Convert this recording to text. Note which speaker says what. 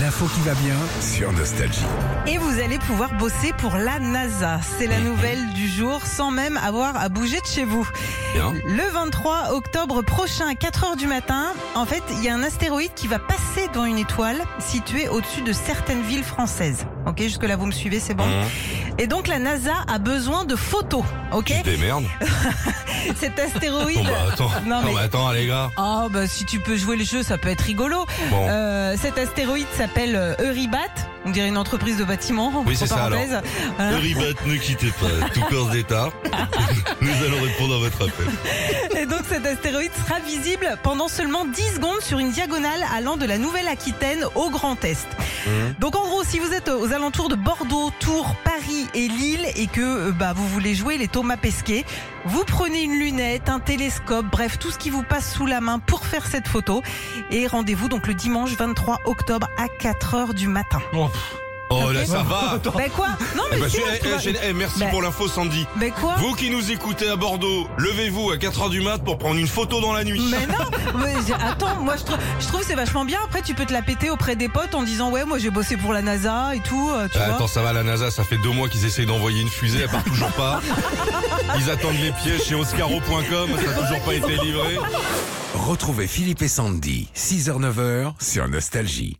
Speaker 1: l'info qui va bien sur Nostalgie.
Speaker 2: Et vous allez pouvoir bosser pour la NASA. C'est la nouvelle du jour sans même avoir à bouger de chez vous.
Speaker 1: Bien.
Speaker 2: Le 23 octobre prochain à 4h du matin, en fait, il y a un astéroïde qui va passer dans une étoile située au-dessus de certaines villes françaises. Ok, jusque-là vous me suivez, c'est bon.
Speaker 1: Mmh. Hein,
Speaker 2: Et donc la NASA a besoin de photos. Ok,
Speaker 1: Tu te démerdes
Speaker 2: cet
Speaker 1: Bon
Speaker 2: astéroïde.
Speaker 1: bah attends,
Speaker 2: Non,
Speaker 1: non,
Speaker 2: mais-
Speaker 1: bah, attends les gars.
Speaker 2: Oh bah si tu peux jouer le jeu, ça peut être rigolo.
Speaker 1: Bon,
Speaker 2: Euh, cet astéroïde s'appelle euh, Euribat. On dirait une entreprise de bâtiment.
Speaker 1: Oui, c'est ça,
Speaker 2: Voilà.
Speaker 1: Ribat, ne quittez pas, tout corps d'état. Nous allons répondre à votre appel.
Speaker 2: Et donc cet astéroïde sera visible pendant seulement 10 secondes sur une diagonale allant de la Nouvelle-Aquitaine au Grand Est.
Speaker 1: Mhm.
Speaker 2: Donc en gros, si vous êtes aux alentours de Bordeaux, Tours, Paris et Lille et que euh, bah, vous voulez jouer les Thomas Pesquet, vous prenez une lunette, un télescope, bref, tout ce qui vous passe sous la main pour faire cette photo. Et rendez-vous donc le dimanche 23 octobre à 4h du matin.
Speaker 1: Oh là
Speaker 2: Ok.
Speaker 1: ça va
Speaker 2: Ben quoi Non mais
Speaker 1: Eh ben,
Speaker 2: si,
Speaker 1: je-
Speaker 2: on
Speaker 1: eh,
Speaker 2: trouve-
Speaker 1: eh, je- eh, Merci
Speaker 2: Bah.
Speaker 1: pour l'info Sandy.
Speaker 2: Ben quoi
Speaker 1: Vous qui nous écoutez à Bordeaux, levez-vous à 4h du mat pour prendre une photo dans la nuit.
Speaker 2: Mais non, mais j'ai- attends, moi je, trou- je trouve que c'est vachement bien. Après, tu peux te la péter auprès des potes en disant ouais, moi j'ai bossé pour la NASA et tout, euh, tu
Speaker 1: Ah,
Speaker 2: vois.
Speaker 1: Attends, ça va, la NASA, ça fait deux mois qu'ils essayent d'envoyer une fusée, elle part toujours pas. Ils attendent les pièges chez oscaro.com, ça n'a toujours pas été livré.
Speaker 3: Retrouvez Philippe et Sandy, 6h-9h sur Nostalgie.